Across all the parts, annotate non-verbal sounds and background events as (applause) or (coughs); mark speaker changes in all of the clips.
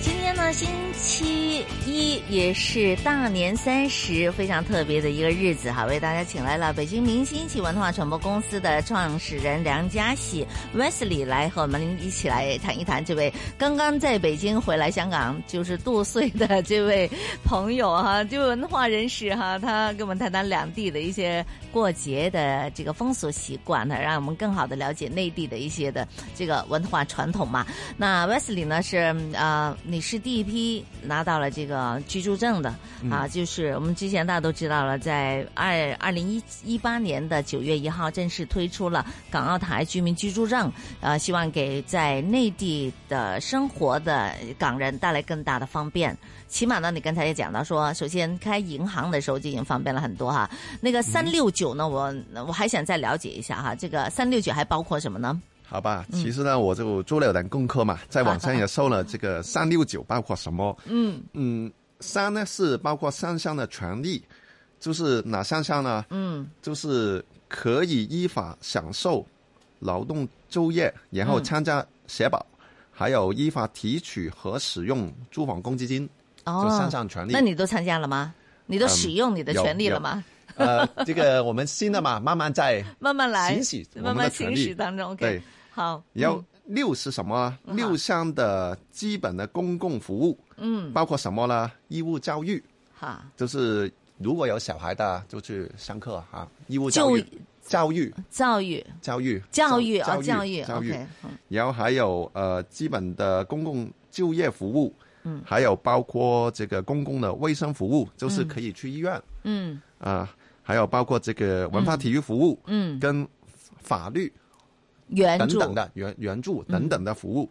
Speaker 1: 今天呢，星期一也是大年三十，非常特别的一个日子哈，为大家请来了北京明星起文化传播公司的创始人梁家喜 Wesley 来和我们一起来谈一谈这位刚刚在北京回来香港就是度岁的这位朋友哈，这位文化人士哈，他跟我们谈谈两地的一些过节的这个风俗习惯呢，让我们更好的了解内地的一些的这个文化传统嘛。那 Wesley 呢是呃，你是第一批拿到了这个居住证的、啊，就是我们之前大家都知道了，在二二零一一八年的九月一号正式推出了港澳台居民居住证，呃，希望给在内地的生活的港人带来更大的方便。起码呢，你刚才也讲到说，首先开银行的时候就已经方便了很多哈。那个三六九呢，我我还想再了解一下哈，这个三六九还包括什么呢？
Speaker 2: 好吧，
Speaker 1: 嗯
Speaker 2: 其实呢，我就做了点功课嘛，在网上也搜了这个三六九包括什么。
Speaker 1: 嗯
Speaker 2: 嗯，三呢是包括三项的权利，就是哪三项呢？
Speaker 1: 嗯
Speaker 2: 就是可以依法享受劳动就业，然后参加社保，
Speaker 1: 嗯
Speaker 2: 还有依法提取和使用住房公积金，这
Speaker 1: 哦
Speaker 2: 三，项权利。
Speaker 1: 那你都参加了吗？
Speaker 2: 嗯
Speaker 1: 你都使用你的权利了吗？
Speaker 2: 呃，这个我们新的嘛，慢慢在
Speaker 1: 慢慢来
Speaker 2: 行使，我
Speaker 1: 慢
Speaker 2: 们
Speaker 1: 慢
Speaker 2: 的权
Speaker 1: 行
Speaker 2: 利
Speaker 1: 使当中。
Speaker 2: 对
Speaker 1: (laughs) OK，。好，
Speaker 2: 然后六是什么呢？
Speaker 1: 嗯
Speaker 2: 六项的基本的公共服务，
Speaker 1: 嗯，
Speaker 2: 包括什么呢？义务教育，
Speaker 1: 好，
Speaker 2: 就是如果有小孩的就去上课啊，义务教
Speaker 1: 就
Speaker 2: 育，教育，
Speaker 1: 教育，
Speaker 2: 教育，
Speaker 1: 教育
Speaker 2: 教
Speaker 1: 啊，教育
Speaker 2: 教育。
Speaker 1: ，OK，嗯
Speaker 2: 然后还有呃基本的公共就业服务，
Speaker 1: 嗯，
Speaker 2: 还有包括这个公共的卫生服务，就是可以去医院
Speaker 1: 嗯
Speaker 2: 啊，还有包括这个文化体育服务
Speaker 1: 嗯，
Speaker 2: 跟法律
Speaker 1: 援
Speaker 2: 等
Speaker 1: 助，
Speaker 2: 等的援援助等等的服务，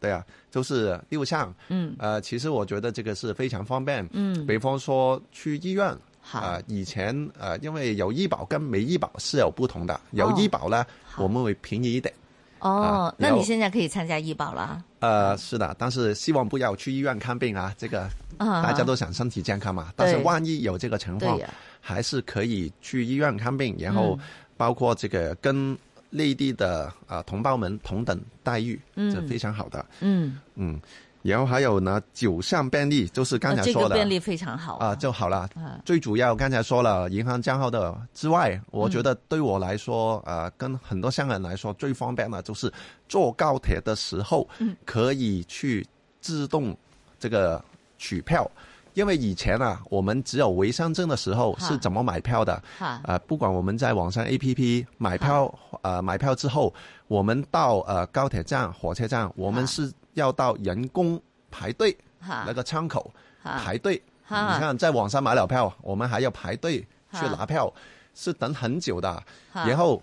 Speaker 2: 对啊，就是六项。
Speaker 1: 嗯
Speaker 2: 呃，其实我觉得这个是非常方便。
Speaker 1: 嗯，
Speaker 2: 比方说去医院，啊、
Speaker 1: 好，
Speaker 2: 以前呃，因为有医保跟没医保是有不同的，有
Speaker 1: 哦
Speaker 2: 医保呢，
Speaker 1: 好
Speaker 2: 我们会便宜一点。
Speaker 1: 哦
Speaker 2: 啊，
Speaker 1: 那
Speaker 2: 然后
Speaker 1: 你现在可以参加医保了啊
Speaker 2: 呃，是的，但是希望不要去医院看病啊，这个
Speaker 1: 啊，
Speaker 2: 大家都想身体健康嘛。但是
Speaker 1: 对
Speaker 2: 万一有这个情
Speaker 1: 对
Speaker 2: 况，
Speaker 1: 呀，嗯
Speaker 2: 还是可以去医院看病，然后包括这个跟内地的啊、呃同胞们同等待遇，这
Speaker 1: 嗯
Speaker 2: 非常好的。
Speaker 1: 嗯，
Speaker 2: 嗯，然后还有呢，九项便利，就是刚才
Speaker 1: 啊这
Speaker 2: 说
Speaker 1: 个
Speaker 2: 的
Speaker 1: 便利非常好
Speaker 2: 啊、就好了。
Speaker 1: 啊，
Speaker 2: 最主要刚才说了，银行账号的之外，我觉得对我来说，呃，跟很多香港人来说最方便的就是坐高铁的时候，
Speaker 1: 嗯
Speaker 2: 可以去自动这个取票。因为以前啊，我们只有维生证的时候
Speaker 1: 哈
Speaker 2: 是怎么买票的？
Speaker 1: 好，
Speaker 2: 呃，不管我们在网上 A P P 买票，呃，买票之后，我们到呃高铁站、火车站，我
Speaker 1: 啊
Speaker 2: 们是要到人工排队
Speaker 1: 好，
Speaker 2: 那个窗口
Speaker 1: 好，
Speaker 2: 排队。
Speaker 1: 啊哈
Speaker 2: 你看，在网上买了票，我们还要排队去
Speaker 1: 哈
Speaker 2: 拿票，是等很久
Speaker 1: 啊
Speaker 2: 的。
Speaker 1: 好
Speaker 2: 然后，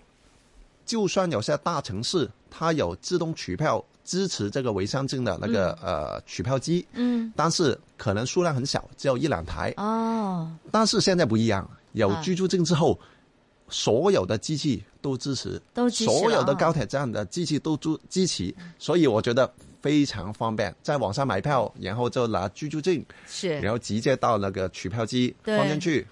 Speaker 2: 就算有些大城市，它有自动取票支持这个维生证的那个、呃取票机，
Speaker 1: 嗯，
Speaker 2: 但是可能数量很少，只有一两台。
Speaker 1: 哦，
Speaker 2: 但是现在不一样，有
Speaker 1: 啊
Speaker 2: 居住证之后，所有的机器都支持，
Speaker 1: 都支持
Speaker 2: 所有的
Speaker 1: 了
Speaker 2: 高铁站的机器都支支持，所以我觉得非常方便，在网上买票，然后就拿居住证，然
Speaker 1: 是，
Speaker 2: 后直接到那个取票机
Speaker 1: 对
Speaker 2: 放进去，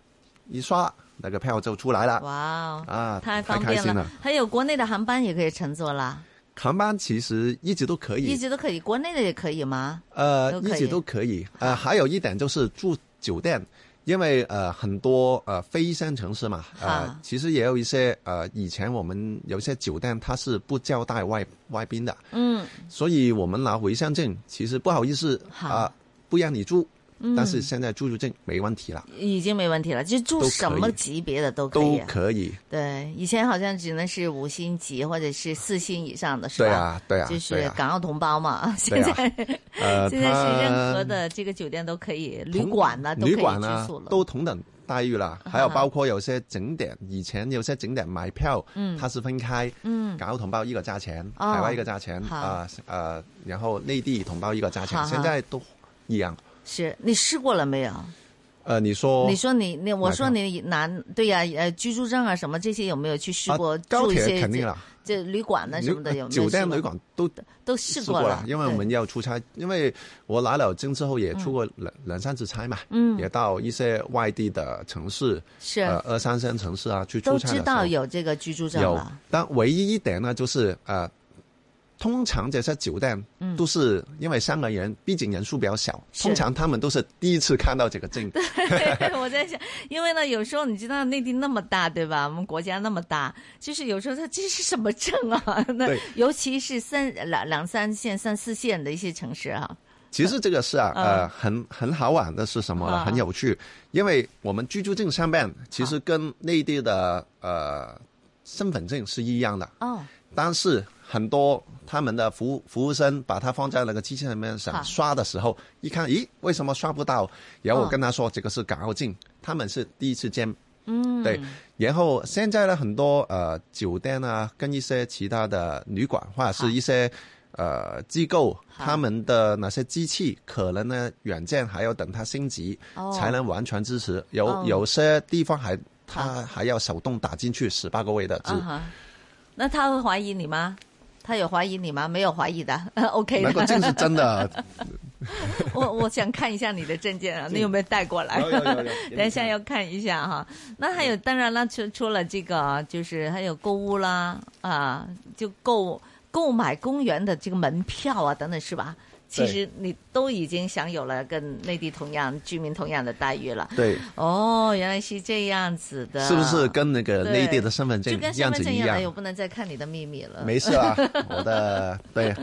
Speaker 2: 一刷那个票就出来了。
Speaker 1: 哇哦。
Speaker 2: 啊，
Speaker 1: 太
Speaker 2: 太
Speaker 1: 方
Speaker 2: 开
Speaker 1: 便
Speaker 2: 心
Speaker 1: 了
Speaker 2: 了！，
Speaker 1: 还有国内的航班也可以乘坐啦，
Speaker 2: 航班其实一直都可
Speaker 1: 一
Speaker 2: 以，
Speaker 1: 直都可以，国内的也可以吗？
Speaker 2: 呃
Speaker 1: 都，
Speaker 2: 一
Speaker 1: 可以
Speaker 2: 直都可以。呃，还有一点就是住酒店，因为呃很多呃非三城市嘛，呃
Speaker 1: 哈，
Speaker 2: 其实也有一些呃以前我们有一些酒店它是不招待外外宾的，
Speaker 1: 嗯，
Speaker 2: 所以我们拿回乡证其实不好意思
Speaker 1: 哈
Speaker 2: 啊、不让你住，
Speaker 1: 嗯
Speaker 2: 但是现在居住证没问题了，
Speaker 1: 已经没问题了，就
Speaker 2: 都
Speaker 1: 住
Speaker 2: 可以
Speaker 1: 什么级别的都可
Speaker 2: 都
Speaker 1: 以。啊
Speaker 2: 可以。
Speaker 1: 对，以前好像只能是五星级或者是四星以上的，是吧？
Speaker 2: 对啊，对啊，
Speaker 1: 就
Speaker 2: 对
Speaker 1: 是
Speaker 2: 啊。
Speaker 1: 港澳同胞嘛， (laughs) 现
Speaker 2: 对
Speaker 1: 在、
Speaker 2: 啊呃，
Speaker 1: 现在是任何
Speaker 2: 它
Speaker 1: 的这个酒店都可以，旅
Speaker 2: 同
Speaker 1: 馆呢、都可以
Speaker 2: 旅馆
Speaker 1: 住
Speaker 2: 啊
Speaker 1: 宿了，啊
Speaker 2: 都同等待遇啦。还有包括有些景点，以前有些景点买票，
Speaker 1: 嗯
Speaker 2: 它是分开，
Speaker 1: 嗯
Speaker 2: 港澳同胞一个价钱，
Speaker 1: 哦
Speaker 2: 海外一个价钱，
Speaker 1: 好
Speaker 2: 啊呃，然后内地同胞一个价
Speaker 1: 好
Speaker 2: 钱，
Speaker 1: 好
Speaker 2: 现在都一样。
Speaker 1: 是你试过了没有？
Speaker 2: 呃，你说
Speaker 1: 你说你那我
Speaker 2: 买
Speaker 1: 说
Speaker 2: 票
Speaker 1: 你拿对呀、呃，居住证啊什么这些有没有去试
Speaker 2: 哦啊
Speaker 1: 过？，
Speaker 2: 高
Speaker 1: 住一
Speaker 2: 铁
Speaker 1: 些
Speaker 2: 肯定了，
Speaker 1: 这这旅馆呢什么的有没有试过？
Speaker 2: 酒店旅馆都
Speaker 1: 都试
Speaker 2: 试
Speaker 1: 过
Speaker 2: 过了，因为我
Speaker 1: 对
Speaker 2: 们要出差，因为我拿了证之后也出过两两三次差嘛，
Speaker 1: 嗯
Speaker 2: 也到一些外地的城市，
Speaker 1: 是、
Speaker 2: 呃，二三线城市啊去
Speaker 1: 都
Speaker 2: 出差的
Speaker 1: 知
Speaker 2: 时
Speaker 1: 道
Speaker 2: 候
Speaker 1: 有这个居住证啊
Speaker 2: 有
Speaker 1: 了，，
Speaker 2: 但唯一一点呢，就是呃，通常这些酒店都是因为香港人毕竟人数比较小，
Speaker 1: 是
Speaker 2: 通常他们都是第一次看到这个
Speaker 1: (laughs)
Speaker 2: 证，
Speaker 1: 我在想，因为呢，有时候你知道内地那么大，对吧？我们国家那么大，就是有时候它这是什么证啊？ (laughs) 那
Speaker 2: 对
Speaker 1: 尤其是三两两三线、三四线的一些城市啊，
Speaker 2: 其实这个事啊，
Speaker 1: 嗯
Speaker 2: 呃，很很好玩的是什么
Speaker 1: 嗯
Speaker 2: 呢？
Speaker 1: 嗯
Speaker 2: 很有趣，因为我们居住证上面其
Speaker 1: 啊
Speaker 2: 实跟内地的呃身份证是一样的，
Speaker 1: 哦，
Speaker 2: 但是很多他们的服务服务生把它放在那个机器上面
Speaker 1: 好
Speaker 2: 想刷的时候，一看，咦，为什么刷不到？然后我跟他说、这个是港澳镜，他们是第一次见。嗯，对。然后现在呢，很多呃酒店啊，跟一些其他的旅馆或者
Speaker 1: 好
Speaker 2: 是一些呃机构，
Speaker 1: 好
Speaker 2: 他们的那些机器可能呢软件还要等它升级、
Speaker 1: 哦
Speaker 2: 才能完全支持。有、
Speaker 1: 哦
Speaker 2: 有些地方还它
Speaker 1: 好
Speaker 2: 还要手动打进去十八个位的字。
Speaker 1: 啊哈，那他会怀疑你吗？他有怀疑你吗？没有怀疑的 (laughs) ，OK
Speaker 2: 那个
Speaker 1: 的。
Speaker 2: 证是真的，
Speaker 1: 我我想看一下你的证件啊，你有没有带 (laughs) 过来？等一下要看一下哈。那还有，当然了，除除了这个，就是还有购物啦，啊，就购购买公园的这个门票啊，等等，是吧？其
Speaker 2: 对
Speaker 1: 实你都已经享有了跟内地同样居民同样的待遇了。
Speaker 2: 对，
Speaker 1: 哦，原来是这样子的，
Speaker 2: 是不是跟那个
Speaker 1: 啊对
Speaker 2: 内地的身份证
Speaker 1: 就跟身
Speaker 2: 样
Speaker 1: 份
Speaker 2: 子
Speaker 1: 证
Speaker 2: 一
Speaker 1: 一样嗯
Speaker 2: 样
Speaker 1: 的？哎？我不能再看你的秘密了。
Speaker 2: 没事
Speaker 1: (laughs)
Speaker 2: 啊，我的对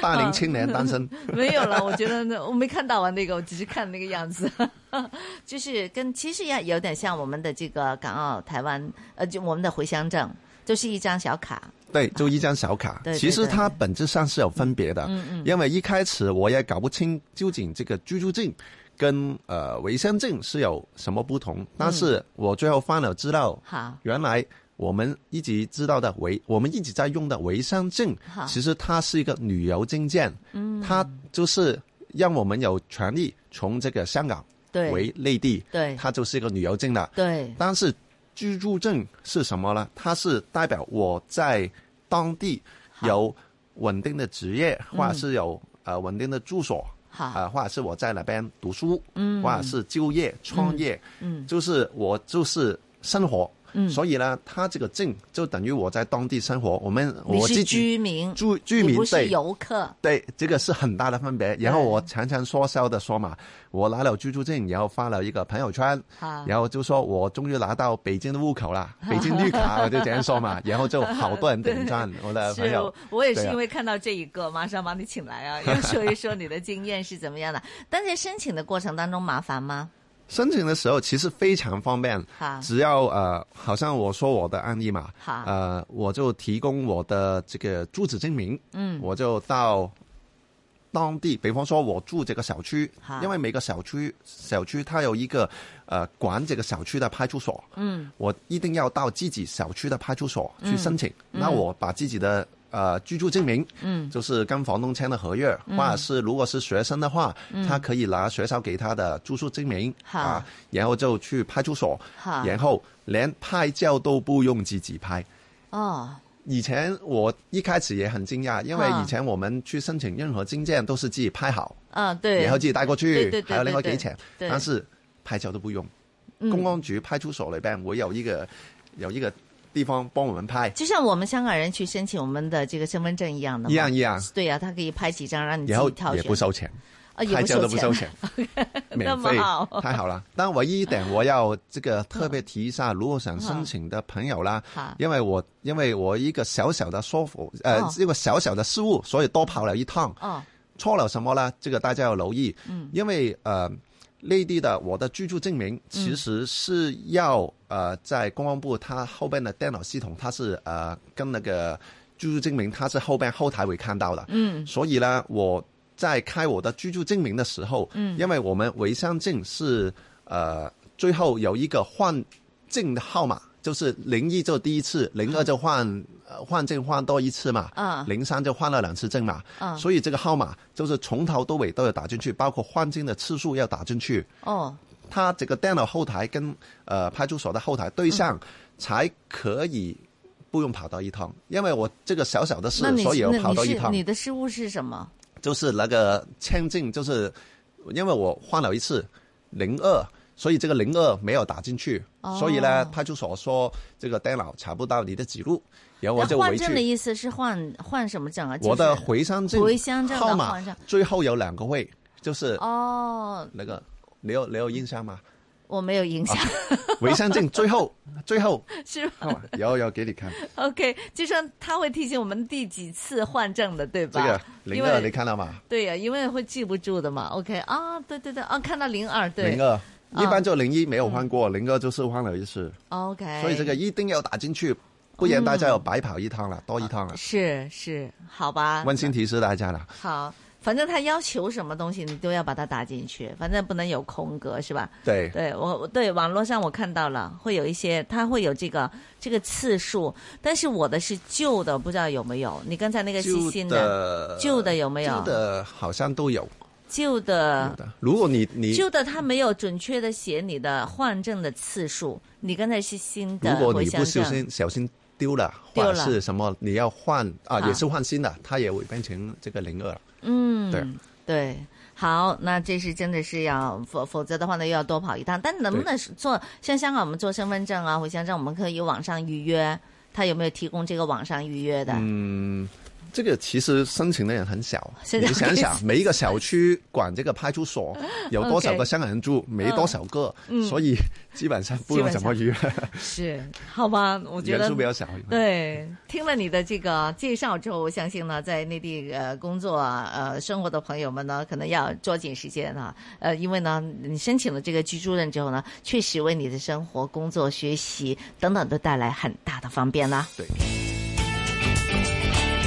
Speaker 2: 大龄青年单身，
Speaker 1: 没有了，我觉得那我没看到啊，那个我只是看那个样子， (laughs) 就是跟其实也有点像我们的这个港澳、台湾，呃，就我们的回乡证，就是一张小卡，
Speaker 2: 对，就一张小卡
Speaker 1: 对。对
Speaker 2: 其实
Speaker 1: 对嗯
Speaker 2: 它本质上是有分别的，因为一开始我也搞不清究竟这个居住证。跟呃卫生证是有什么不同？但
Speaker 1: 嗯
Speaker 2: 是我最后翻了资料，
Speaker 1: 好，
Speaker 2: 原来我们一直知道的维，我们一直在用的维生证
Speaker 1: 好，
Speaker 2: 其实它是一个旅游证件，嗯，它就是让我们有权利从这个香港
Speaker 1: 对
Speaker 2: 为内地，
Speaker 1: 对
Speaker 2: 它就是一个旅游证了。
Speaker 1: 对，
Speaker 2: 但是居住证是什么呢？它是代表我在当地有稳定的职业，
Speaker 1: 嗯
Speaker 2: 或者是有呃稳定的住所，
Speaker 1: 好，
Speaker 2: 啊，或者是我在那边读书，嗯，或者是就业、创业，
Speaker 1: 嗯
Speaker 2: 就是我就是生活，
Speaker 1: 嗯，
Speaker 2: 所以呢，他这个证就等于我在当地生活，我们
Speaker 1: 你
Speaker 2: 我
Speaker 1: 是
Speaker 2: 自己
Speaker 1: 居民，
Speaker 2: 住居
Speaker 1: 你
Speaker 2: 民
Speaker 1: 不是
Speaker 2: 对。
Speaker 1: 游客，
Speaker 2: 对，这个是很大的分别。然后
Speaker 1: 对
Speaker 2: 我常常说笑的说嘛，我拿了居住证，然后发了一个朋友圈，
Speaker 1: 好，
Speaker 2: 然后就说我终于拿到北京的户口了，北京绿
Speaker 1: (laughs)
Speaker 2: 卡，我就这样说嘛。然后就好多人点赞，我的呃朋
Speaker 1: 是
Speaker 2: 友，
Speaker 1: 我也是
Speaker 2: 对啊
Speaker 1: 因为看到这一个，马上把你请来啊，要说一说你的经验是怎么样的。但在申请的过程当中麻烦吗？
Speaker 2: 申请的时候其实非常方便，
Speaker 1: 好，
Speaker 2: 只要呃，好像我说我的案例嘛，
Speaker 1: 好
Speaker 2: 呃，我就提供我的这个住址证明，
Speaker 1: 嗯，
Speaker 2: 我就到当地，比方说我住这个小区
Speaker 1: 好，
Speaker 2: 因为每个小区小区它有一个呃管这个小区的派出所，
Speaker 1: 嗯，
Speaker 2: 我一定要到自己小区的派出所去申请，那我把自己的。呃，居住证明，
Speaker 1: 嗯，
Speaker 2: 就是跟房东签的合约，或者是如果是学生的话，
Speaker 1: 嗯
Speaker 2: 他可以拿学校给他的住宿证明，
Speaker 1: 好
Speaker 2: 啊，然后就去派出所，
Speaker 1: 好，
Speaker 2: 然后连拍照都不用自己拍。
Speaker 1: 哦，
Speaker 2: 以前我一开始也很惊讶，因为
Speaker 1: 啊
Speaker 2: 以前我们去申请任何证件都是自己拍好，
Speaker 1: 啊，对，
Speaker 2: 然后自己带过去，
Speaker 1: 对对对对
Speaker 2: 还要另外
Speaker 1: 对
Speaker 2: 给钱，
Speaker 1: 对
Speaker 2: 但是拍照都不用。
Speaker 1: 嗯
Speaker 2: 公安局派出所里边，我有一个有一个地方帮我们拍，
Speaker 1: 就像我们香港人去申请我们的这个身份证一样的嘛，
Speaker 2: 一样一样，
Speaker 1: 对呀、他可以拍几张让你自
Speaker 2: 然后
Speaker 1: 己挑
Speaker 2: 也
Speaker 1: 选，
Speaker 2: 不收钱，
Speaker 1: 啊，也
Speaker 2: 拍
Speaker 1: 不
Speaker 2: 照都不收
Speaker 1: 收钱，
Speaker 2: 钱，
Speaker 1: (laughs) 那
Speaker 2: 免
Speaker 1: 么
Speaker 2: 费
Speaker 1: 好，
Speaker 2: 太好了。但唯一一点，我要这个特别提一下，如果想申请的朋友啦，
Speaker 1: 好，
Speaker 2: 因为我因为我一个小小的说服，呃，
Speaker 1: 啊哦
Speaker 2: 一个小小的失误，所以多跑了一趟，
Speaker 1: 哦，
Speaker 2: 错了什么呢？这个大家要留意。嗯，因为呃，内地的我的居住证明其实是要、呃，在公安部它后边的电脑系统，它是呃跟那个居住证明它是后边后台会看到的。
Speaker 1: 嗯，
Speaker 2: 所以呢，我在开我的居住证明的时候，嗯，因为我们违章证是呃最后有一个换证的号码，就是零一就第一次，零二就换、呃换证换多一次嘛，
Speaker 1: 啊
Speaker 2: 零三就换了两次证嘛，
Speaker 1: 啊
Speaker 2: 所以这个号码就是从头到尾都要打进去，包括换证的次数要打进去。
Speaker 1: 哦，
Speaker 2: 他这个电脑后台跟呃派出所的后台对上，
Speaker 1: 嗯
Speaker 2: 才可以不用跑到一趟。因为我这个小小的事
Speaker 1: 那，你
Speaker 2: 所以
Speaker 1: 是
Speaker 2: 我
Speaker 1: 那
Speaker 2: 跑
Speaker 1: 你
Speaker 2: 到一
Speaker 1: 是
Speaker 2: 趟，
Speaker 1: 你的失误是什么？
Speaker 2: 就是那个签证，就是呃因为我换了一次零二。所以这个零二没有打进去，
Speaker 1: 哦
Speaker 2: 所以呢，派出所说这个电脑查不到你的记录，然后我
Speaker 1: 那
Speaker 2: 就
Speaker 1: 换
Speaker 2: 回
Speaker 1: 证的
Speaker 2: 去。
Speaker 1: 意思是换换什么证啊？就是、
Speaker 2: 我的回乡证
Speaker 1: 回乡证的
Speaker 2: 号
Speaker 1: 换
Speaker 2: 码
Speaker 1: 上
Speaker 2: 最后有两个位，就是
Speaker 1: 哦，
Speaker 2: 那个你有你有印象吗？
Speaker 1: 我没有影响，
Speaker 2: 啊回乡证最后最后
Speaker 1: (laughs) 是吧
Speaker 2: 号码有有给你
Speaker 1: (laughs)
Speaker 2: 看，
Speaker 1: ？OK，就说他会提醒我们第几次换证的，对
Speaker 2: 这
Speaker 1: 吧？
Speaker 2: 个
Speaker 1: 因
Speaker 2: 零
Speaker 1: 为
Speaker 2: 二你看到吗？
Speaker 1: 对呀、因为会记不住的嘛。OK 啊，对对对，啊，看到零二，对哦嗯
Speaker 2: 零二一般就零一没有换过，零二就是换了一次，
Speaker 1: ，OK，
Speaker 2: 所以这个一定要打进去，不然大家要白跑一趟了，多一趟了。
Speaker 1: 是是好吧？
Speaker 2: 温馨提示大家了，
Speaker 1: 好，反正他要求什么东西，你都要把它打进去，反正不能有空格，是吧？
Speaker 2: 对
Speaker 1: 对我我对网络上我看到了，会有一些，它会有这个这个次数，但是我的是旧的，不知道有没有。你刚才那个是新
Speaker 2: 旧
Speaker 1: 的，
Speaker 2: 的
Speaker 1: 旧的有没有
Speaker 2: 旧的好像都有
Speaker 1: 旧的
Speaker 2: 的。如果你你
Speaker 1: 旧的，它没有准确的写你的换证的次数。你刚才是新
Speaker 2: 如
Speaker 1: 的
Speaker 2: 果
Speaker 1: 回
Speaker 2: 你
Speaker 1: 乡
Speaker 2: 不小
Speaker 1: 证，
Speaker 2: 心小心丢了，
Speaker 1: 丢
Speaker 2: 或
Speaker 1: 了
Speaker 2: 者是什么，你要换啊，
Speaker 1: 啊
Speaker 2: 也是换新的，它也会变成这个零二。
Speaker 1: 嗯，
Speaker 2: 对
Speaker 1: 对。好，那这是真的是要否否则的话呢，又要多跑一趟。但能不能做像香港我们做身份证啊、回乡证，我们可以网上预约，他有没有提供这个网上预约的？
Speaker 2: 嗯，这个其实申请的人很少，
Speaker 1: 现在
Speaker 2: 你想想，每一个小区管这个派出所有多少
Speaker 1: OK 嗯
Speaker 2: 个香港人住，没多少个，所以基本上不用怎么约，
Speaker 1: 是，好吧，我觉
Speaker 2: 人
Speaker 1: 得
Speaker 2: 数比较少。，
Speaker 1: 对，听了你的这个介绍之后，我相信呢，在内地呃工作啊呃生活的朋友们呢，可能要抓紧时间啊，呃，因为呢，你申请了这个居住证之后呢，确实为你的生活、工作、学习等等都带来很大的方便啦。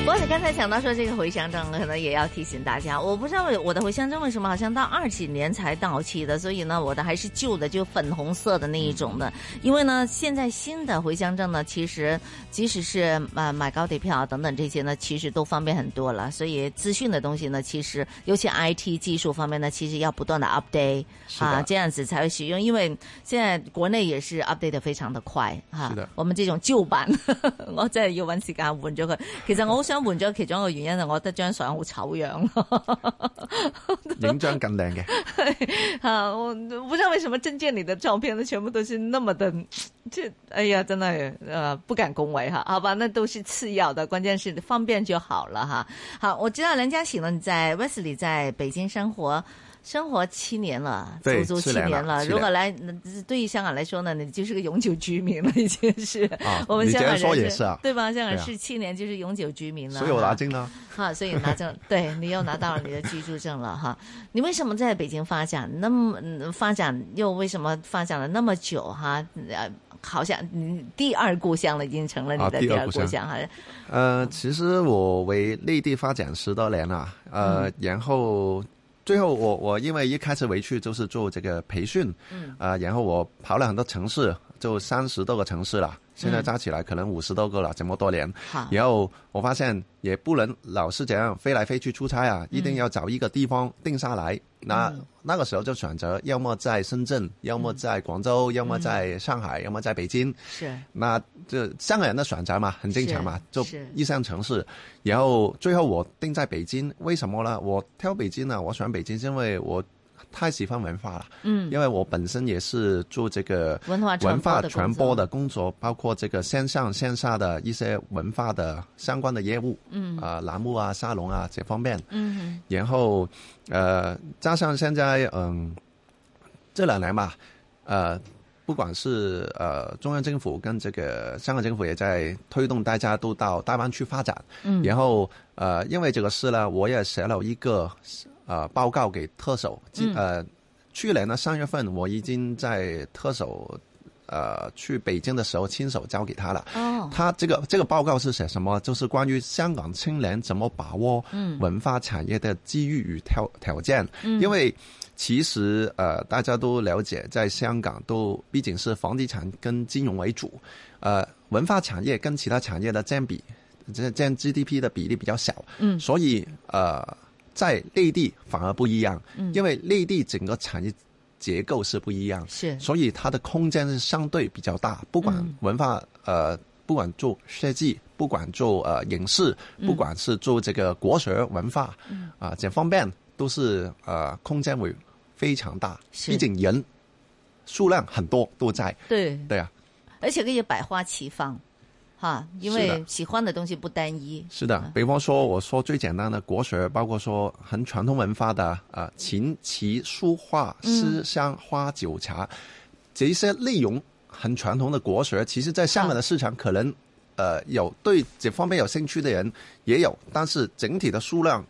Speaker 1: 不过你刚才讲到说这个回乡证，可能也要提醒大家，我不知道我的回乡证为什么好像到二几年才到期的，所以呢，我的还是旧的，就粉红色的那一种的。因为呢，现在新的回乡证呢，其实即使是呃买高铁票等等这些呢，其实都方便很多了。所以资讯的东西呢，其实尤其 IT 技术方面呢，其实要不断的 update
Speaker 2: 是的
Speaker 1: 啊，这样子才会使用。因为现在国内也是 update 得非常的快哈、
Speaker 2: 是的
Speaker 1: 我們呢種招版， (laughs) 我真係要揾時間換咗佢。其實我好想換咗，其中一個原因係我覺得張相好醜樣咯。
Speaker 2: 影张更靓嘅，
Speaker 1: (laughs) 啊，我不知道為什麼證件裡的照片呢，全部都是那麼的，這哎呀，真係呃不敢恭維哈。好吧，那都是次要的，關鍵是方便就好了哈。好，我知道梁家喜呢，你在 Wesley 在北京生活。生活七年了，足
Speaker 2: 对
Speaker 1: 足七
Speaker 2: 七年了
Speaker 1: 了。
Speaker 2: 七
Speaker 1: 如
Speaker 2: 年
Speaker 1: 果来对于香港来说呢，你就是個永久居民了，已經是。
Speaker 2: 啊
Speaker 1: 我们
Speaker 2: 你
Speaker 1: 香
Speaker 2: 这样
Speaker 1: 港人
Speaker 2: 说也是啊
Speaker 1: 对吧？香港
Speaker 2: 对啊
Speaker 1: 是七年就是永久居民了，
Speaker 2: 所以我拿
Speaker 1: 哈
Speaker 2: 证啦。
Speaker 1: (laughs) 哈，所以拿证，对你又拿到了你的居住证了哈。你为什么在北京发展那么嗯发展，又为什么发展了那么久哈？呃，好像你第二故乡了，已经成了你
Speaker 2: 啊
Speaker 1: 的
Speaker 2: 第
Speaker 1: 第
Speaker 2: 二
Speaker 1: 二
Speaker 2: 故
Speaker 1: 故
Speaker 2: 乡
Speaker 1: 乡哈。
Speaker 2: 呃，其实我为内地发展十多年了，呃，然后最后我我因为一开始回去就是做这个培训，
Speaker 1: 嗯，
Speaker 2: 啊、然后我跑了很多城市，就三十多个城市了，现在加起来可能五十多个了，这么多年。
Speaker 1: 好，
Speaker 2: 然后我发现也不能老是这样飞来飞去出差啊，一定要找一个地方定下来。那那个时候就选择，要么在深圳，要么在广州，要么在上海，要么在北京。
Speaker 1: 是
Speaker 2: 那这香港人的选择嘛，很正常嘛，
Speaker 1: 是
Speaker 2: 就是一线城市。然后最后我定在北京，为什么呢？我挑北京呢，我选北京是因为我太喜欢文化了。
Speaker 1: 嗯，
Speaker 2: 因为我本身也是做这个
Speaker 1: 文化传
Speaker 2: 文
Speaker 1: 播
Speaker 2: 化
Speaker 1: 的
Speaker 2: 传
Speaker 1: 工
Speaker 2: 播
Speaker 1: 作，
Speaker 2: 的工作，包括这个线上线下的一些文化的相关的业务，嗯，啊、栏目啊、沙龙啊这方面，
Speaker 1: 嗯
Speaker 2: 然后呃，加上现在嗯这两年吧，呃，不管是呃中央政府跟这个香港政府也在推动大家都到大湾区发展，
Speaker 1: 嗯
Speaker 2: 然后呃，因为这个事呢，我也写了一个呃报告给特首，今呃去年的三月份我已经在特首。呃去北京的时候亲手交给他了。
Speaker 1: 哦，
Speaker 2: 他这个这个报告是写什么？就是关于香港青年怎么把握
Speaker 1: 嗯
Speaker 2: 文化产业的机遇与条条件。因为其实呃，大家都了解，在香港都毕竟是房地产跟金融为主，呃，文化产业跟其他产业的占比，这占 GDP 的比例比较小。
Speaker 1: 嗯
Speaker 2: 所以呃，在内地反而不一样，
Speaker 1: 嗯
Speaker 2: 因为内地整个产业结构是不一样。
Speaker 1: 是，
Speaker 2: 所以它的空间是相对比较大，不管文化、呃，不管做设计，不管做呃影视，不管是做这个国学文化，啊、这方面都是呃空间为非常大，
Speaker 1: 是
Speaker 2: 毕竟人数量很多都在，
Speaker 1: 对，
Speaker 2: 对啊，
Speaker 1: 而且可以百花齐放，哈，因
Speaker 2: 是
Speaker 1: 为
Speaker 2: 的
Speaker 1: 喜欢的东西不单一。
Speaker 2: 是的。比方说，我说最简单的国学，包括说很传统文化的呃琴棋书画诗香花酒茶，这一些内容很传统的国学，其实在香港的市场可能呃有对这方面有兴趣的人也有，但是整体的数量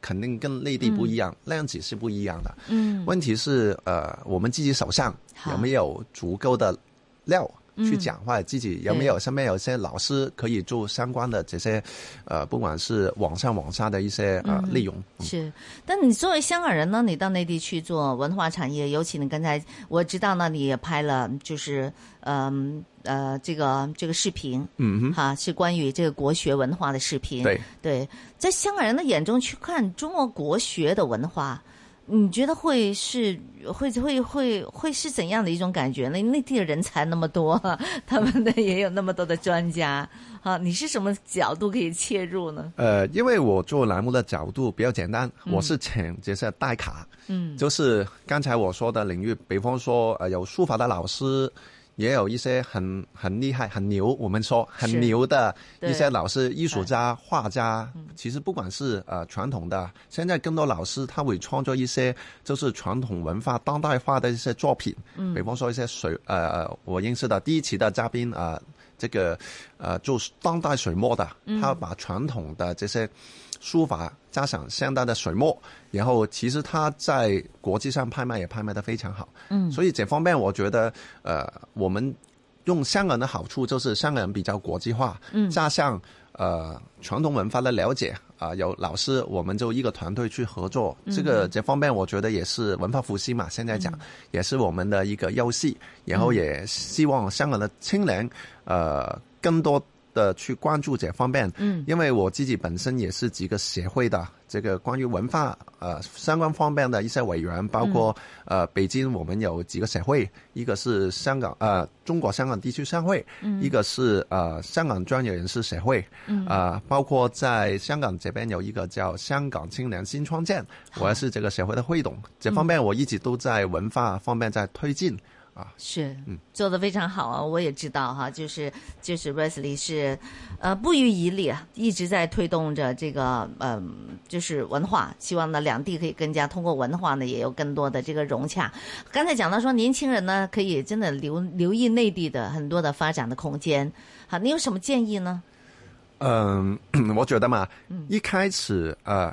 Speaker 2: 肯定跟内地不一样，量级是不一样的。
Speaker 1: 嗯，
Speaker 2: 问题是呃，我们自己手上
Speaker 1: 好
Speaker 2: 有没有足够的料去讲，或者自己有没有
Speaker 1: 嗯对
Speaker 2: 身边有些老师可以做相关的这些呃，不管是网上网下的一些呃内容。
Speaker 1: 是，但你作为香港人呢，你到内地去做文化产业，尤其你刚才我知道呢，你也拍了，就是嗯呃这个这个视频，
Speaker 2: 嗯哼，
Speaker 1: 哈，是关于这个国学文化的视频。
Speaker 2: 对。
Speaker 1: 对，在香港人的眼中去看中国国学的文化，你觉得会是会会会会是怎样的一种感觉呢？内地的人才那么多， (laughs) 他们的也有那么多的专家啊，你是什么角度可以切入呢？
Speaker 2: 呃，因为我做栏目的角度比较简单，我是请这些代卡，
Speaker 1: 嗯，
Speaker 2: 就是刚才我说的领域，比方说呃有书法的老师，也有一些很很厉害、很牛，我们说
Speaker 1: 是
Speaker 2: 很牛的
Speaker 1: 对嗯
Speaker 2: 一些老师、艺术家、画家。其实不管是呃传统的，现在更多老师他会创作一些就是传统文化当代化的一些作品，
Speaker 1: 嗯
Speaker 2: 比方说一些水呃呃，我认识的第一期的嘉宾啊。呃这个，呃，做当代水墨的，
Speaker 1: 嗯
Speaker 2: 他把传统的这些书法加上现代的水墨，然后其实它在国际上拍卖也拍卖的非常好。嗯，所以这方面我觉得，呃，我们用香港的好处就是香港人比较国际化，嗯，加上呃传统文化的了解啊、有老师我们就一个团队去合作，这个这方面我觉得也是文化复兴嘛，现在讲、也是我们的一个优势，然后也希望香港的青年呃更多。的去关注这方面，
Speaker 1: 嗯，
Speaker 2: 因为我自己本身也是几个协会的这个关于文化呃相关方面的一些委员，包括、呃北京我们有几个协会，一个是香港呃中国香港地区商会，嗯、一个是呃香港专业人士协会，嗯，啊、包括在香港这边有一个叫香港青年新创建，我也是这个协会的会董，这方面我一直都在文化方面在推进。
Speaker 1: 是，
Speaker 2: 嗯
Speaker 1: 做的非常好啊！我也知道哈，就是就是 Wesley 是，呃，不遗余力啊，一直在推动着这个，嗯、就是文化，希望呢两地可以更加通过文化呢，也有更多的这个融洽。刚才讲到说，年轻人呢可以真的留留意内地的很多的发展的空间。好，你有什么建议呢？
Speaker 2: 嗯， (coughs) 我觉得嘛，一开始呃，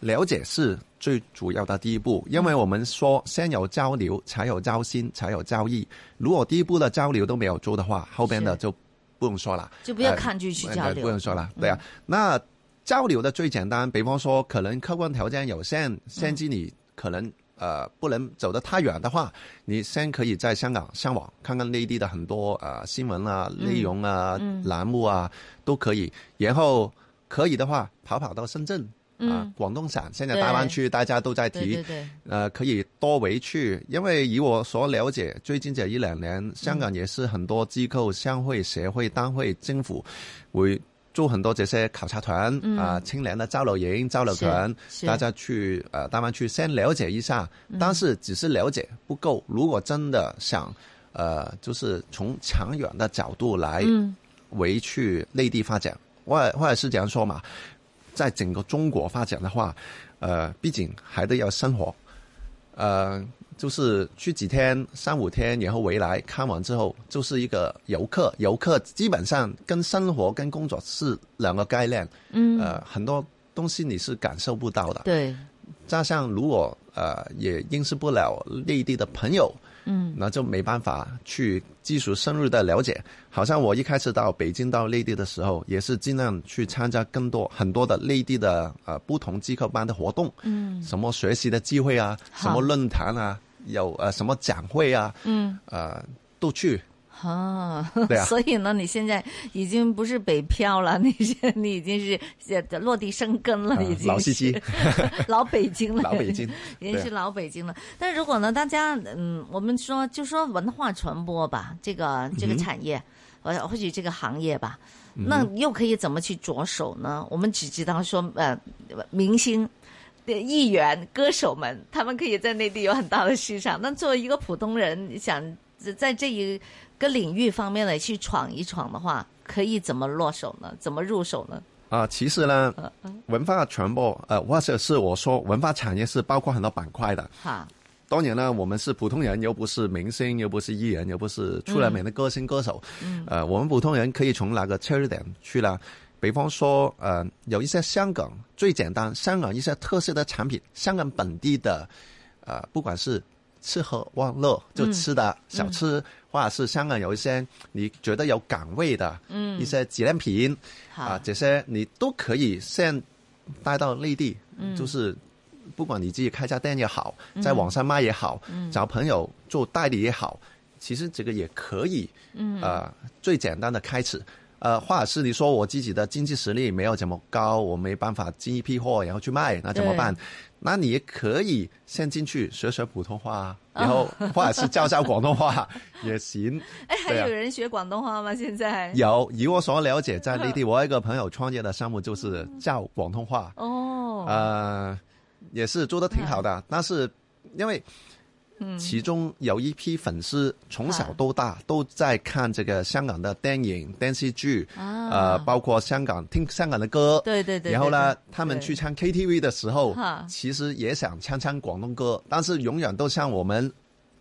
Speaker 2: 了解是最主要的第一步，因为我们说先有交流，才有交心，才有交易。如果第一步的交流都没有做的话，后边的
Speaker 1: 是
Speaker 2: 就不用说了，
Speaker 1: 就不要抗拒去
Speaker 2: 呃
Speaker 1: 交
Speaker 2: 对不
Speaker 1: 流嗯
Speaker 2: 用。说了，对啊。那交流的最简单，比方说可能客观条件有限，限制你可能。呃，不能走得太远的话，你先可以在香港上网看看内地的很多呃新闻啊、
Speaker 1: 嗯
Speaker 2: 内容啊、栏目啊都可以。然后可以的话，跑跑到深圳啊、
Speaker 1: 嗯
Speaker 2: 广东省，现在
Speaker 1: 对
Speaker 2: 大湾区大家都在提，
Speaker 1: 对对对，
Speaker 2: 呃，可以多回去，因为以我所了解，最近这一两年，香港也是很多机构、商会、协会、单位、政府会做很多这些考察团啊、青年的交流营、交流团，
Speaker 1: 嗯是是嗯
Speaker 2: 大家去呃大湾区先了解一下，但是只是了解不够，如果真的想呃，就是从长远的角度来
Speaker 1: 嗯
Speaker 2: 回去内地发展，或或者是这样说嘛，在整个中国发展的话，呃，毕竟还得要生活，呃，就是去几天、三五天，然后回来看完之后，就是一个游客。游客基本上跟生活、跟工作是两个概念，
Speaker 1: 嗯，
Speaker 2: 呃，很多东西你是感受不到的。
Speaker 1: 对，
Speaker 2: 加上如果呃也认识不了内地的朋友，
Speaker 1: 嗯，
Speaker 2: 那就没办法去技术深入的了解。好像我一开始到北京到内地的时候，也是尽量去参加更多很多的内地的呃不同机构班的活动，
Speaker 1: 嗯，
Speaker 2: 什么学习的机会啊，
Speaker 1: 好
Speaker 2: 什么论坛啊，有呃什么展会啊，
Speaker 1: 嗯，
Speaker 2: 呃都去。
Speaker 1: 哦，
Speaker 2: 对啊
Speaker 1: (laughs) 所以呢，你现在已经不是北漂了， (laughs) 你是你已经是呃落地生根了，
Speaker 2: 啊
Speaker 1: 已经
Speaker 2: 老司机
Speaker 1: 是 (laughs) 老北京了，
Speaker 2: (laughs) 老北
Speaker 1: (laughs)
Speaker 2: 京
Speaker 1: 已经是老北京了。但如果呢，大家嗯，我们说就说文化传播吧，这
Speaker 2: 嗯
Speaker 1: 个这个产业，呃、或许这个行业吧，那又可以怎么去着手呢？我们只知道说呃，明星。对艺员、歌手们，他们可以在内地有很大的市场。那作为一个普通人，你想在这一个领域方面呢去闯一闯的话，可以怎么落手呢？怎么入手呢？
Speaker 2: 啊、其实呢，
Speaker 1: 嗯
Speaker 2: 文化传播，呃，或者是我说文化产业是包括很多板块的。
Speaker 1: 哈，
Speaker 2: 当然呢，我们是普通人，又不是明星，又不是艺人，又不是出了名的歌星歌手。嗯。呃，我们普通人可以从哪个切入点去呢？比方说，呃，有一些香港最简单，香港一些特色的产品，香港本地的，呃，不管是吃喝玩乐，就吃的小吃，或者是香港有一些你觉得有港味的，嗯，一些纪念品，
Speaker 1: 好，
Speaker 2: 啊，这些你都可以先带到内地，就是不管你自己开家店也好，在网上卖也好，找朋友做代理也好，其实这个也可以，嗯，呃，最简单的开始。呃，或者是你说我自己的经济实力没有怎么高，我没办法进一批货然后去卖，那怎么办？那你也可以先进去学学普通话，啊然后或者是教教广东 (laughs) 话也行。
Speaker 1: 哎，还
Speaker 2: 对啊
Speaker 1: 有人学广东话吗？现在
Speaker 2: 有，以我所了解，在内
Speaker 1: (laughs)
Speaker 2: 地，我有一个朋友创业的项目就是教广东话，
Speaker 1: 哦，嗯
Speaker 2: 呃，也是做的挺好的，但是因为。其中有一批粉丝从小到
Speaker 1: 啊
Speaker 2: 大都在看这个香港的电影、电视剧，
Speaker 1: 啊
Speaker 2: 呃，包括香港听香港的歌，
Speaker 1: 对对对，
Speaker 2: 然后呢
Speaker 1: 对，
Speaker 2: 他们
Speaker 1: 对
Speaker 2: 去唱 KTV 的时候
Speaker 1: 哈，
Speaker 2: 其实也想唱唱广东歌，但是永远都像我们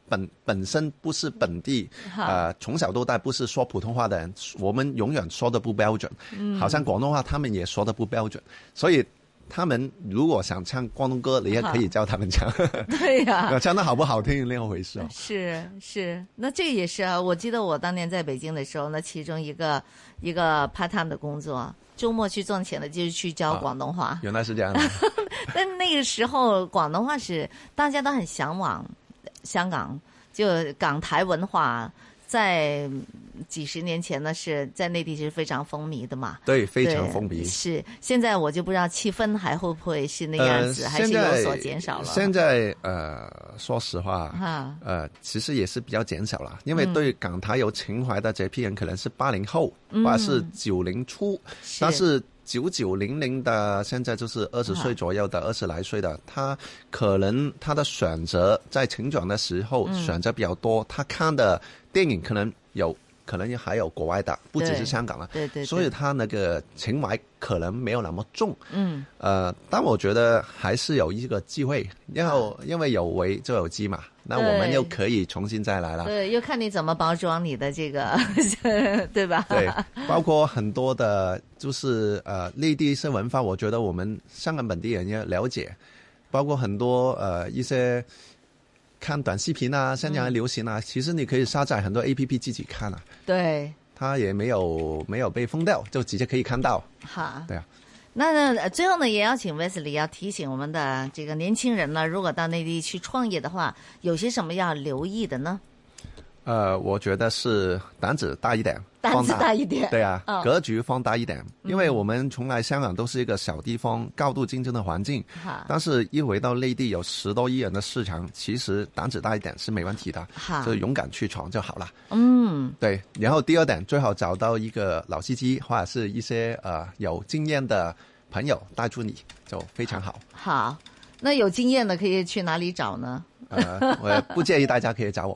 Speaker 2: 本本身不是本地，
Speaker 1: 哈
Speaker 2: 呃，从小到大不是说普通话的人，我们永远说的不标准，
Speaker 1: 嗯
Speaker 2: 好像广东话他们也说的不标准，所以。他们如果想唱广东歌，你也可以教他们
Speaker 1: (laughs)
Speaker 2: 唱，
Speaker 1: (laughs) 对呀、
Speaker 2: 唱的好不好听另一回
Speaker 1: (laughs)
Speaker 2: 事哦。
Speaker 1: 是是，那这也是啊。我记得我当年在北京的时候，那其中一个一个 part time 的工作，周末去赚钱的就是去教
Speaker 2: 啊
Speaker 1: 广东话。
Speaker 2: 原来是这样啊的，
Speaker 1: 但那个时候广东话是大家都很向往香港，就港台文化在几十年前呢是在内地是非常风靡的嘛。
Speaker 2: 对，非
Speaker 1: 对
Speaker 2: 常
Speaker 1: (laughs)
Speaker 2: 封闭。
Speaker 1: 是，现在我就不知道气氛还会不会是那样
Speaker 2: 呃，
Speaker 1: 子，还是
Speaker 2: 现在
Speaker 1: 有所减少了。
Speaker 2: 现在呃，说实话，
Speaker 1: 哈嗯
Speaker 2: 呃，其实也是比较减少了，因为对港台有情怀的这批人可能是八零后，
Speaker 1: 嗯
Speaker 2: 或者是九零初，但是九九零零的现在就是
Speaker 1: 啊
Speaker 2: 二十岁左右的，二十来岁的，他可能他的选择在成长的时候
Speaker 1: 嗯
Speaker 2: 选择比较多，他看的电影可能有，可能还有国外的，不只
Speaker 1: 对
Speaker 2: 是香港了。
Speaker 1: 对对对，
Speaker 2: 所以他那个情怀可能没有那么重，
Speaker 1: 嗯
Speaker 2: 呃，但我觉得还是有一个机会，然后因为有为就有机嘛，那我们
Speaker 1: 啊对
Speaker 2: 又可以重新再来了。
Speaker 1: 对，又看你怎么包装你的这个， (laughs) 对吧？ (laughs)
Speaker 2: 对，包括很多的，就是呃，内地一些文化，我觉得我们香港本地人要了解，包括很多呃一些看短视频啊，现在还流行
Speaker 1: 嗯
Speaker 2: 啊，其实你可以下载很多 A P P 自己看啊，
Speaker 1: 对，
Speaker 2: 它也没有没有被封掉，就直接可以看到。
Speaker 1: 好。
Speaker 2: 对啊，
Speaker 1: 那呃最后呢，也要请 Wesley 要提醒我们的这个年轻人呢，如果到内地去创业的话，有些什么要留意的呢？
Speaker 2: 呃，我觉得是胆子大一点，
Speaker 1: 胆
Speaker 2: 放
Speaker 1: 子大一点，
Speaker 2: 对啊
Speaker 1: 嗯，
Speaker 2: 格局放大一点，因为我们从来香港都是一个小地方，高度竞争的环境。
Speaker 1: 哈，
Speaker 2: 但是，一回到内地有十多亿人的市场，其实胆子大一点是没问题的，
Speaker 1: 好
Speaker 2: 就勇敢去闯就好了。
Speaker 1: 嗯，
Speaker 2: 对，然后第二点，最好找到一个老司机或者是一些呃有经验的朋友带住你，就非常好。
Speaker 1: 好。那有经验的可以去哪里
Speaker 2: (laughs)
Speaker 1: 找呢？
Speaker 2: 呃，我不建议大家可以找我，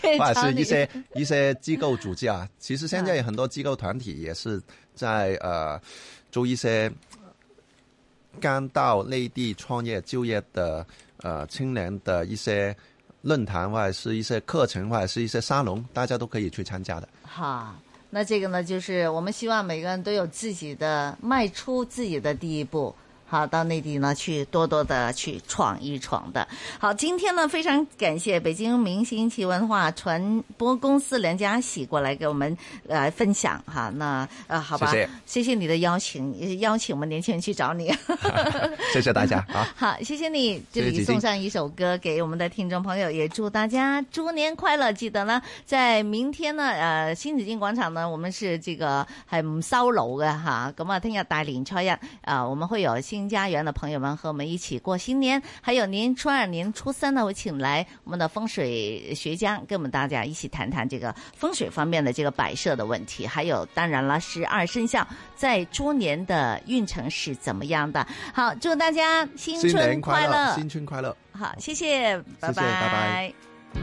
Speaker 1: 可 (laughs) 以
Speaker 2: 或者
Speaker 1: 找
Speaker 2: 是
Speaker 1: 你
Speaker 2: 一些一些机构组织啊。 (laughs) 其实现在有很多机构团体也是在呃做一些刚到内地创业就业的呃青年的一些论坛或者是一些课程或者是一些沙龙，大家都可以去参加的。
Speaker 1: 哈，那这个呢，就是我们希望每个人都有自己的迈出自己的第一步，好，到内地呢去多多的去闯一闯的。好，今天呢非常感谢北京明星奇文化传播公司梁家喜过来给我们来分享哈。那呃，好吧，
Speaker 2: 谢谢
Speaker 1: 你的邀请，邀请我们年轻人去找你。！
Speaker 2: 谢谢大家啊
Speaker 1: (laughs) 好，谢谢你，这
Speaker 2: 谢谢
Speaker 1: 里
Speaker 2: 子
Speaker 1: 送
Speaker 2: 敬
Speaker 1: 上一首歌给我们的听众朋友，也祝大家猪年快乐。记得呢，在明天呢，呃，新紫荆广场呢，我们是这个系唔收楼嘅哈。咁啊，听日大年初一啊、呃我们会有新家园的朋友们和我们一起过新年，还有年初二、年初三呢，我请来我们的风水学家跟我们大家一起谈谈这个风水方面的这个摆设的问题，还有当然了，十二生肖在猪年的运程是怎么样的。好，祝大家新
Speaker 2: 新
Speaker 1: 春
Speaker 2: 年快
Speaker 1: 快乐！
Speaker 2: 新春快乐。
Speaker 1: 好，谢谢，拜
Speaker 2: 谢谢拜拜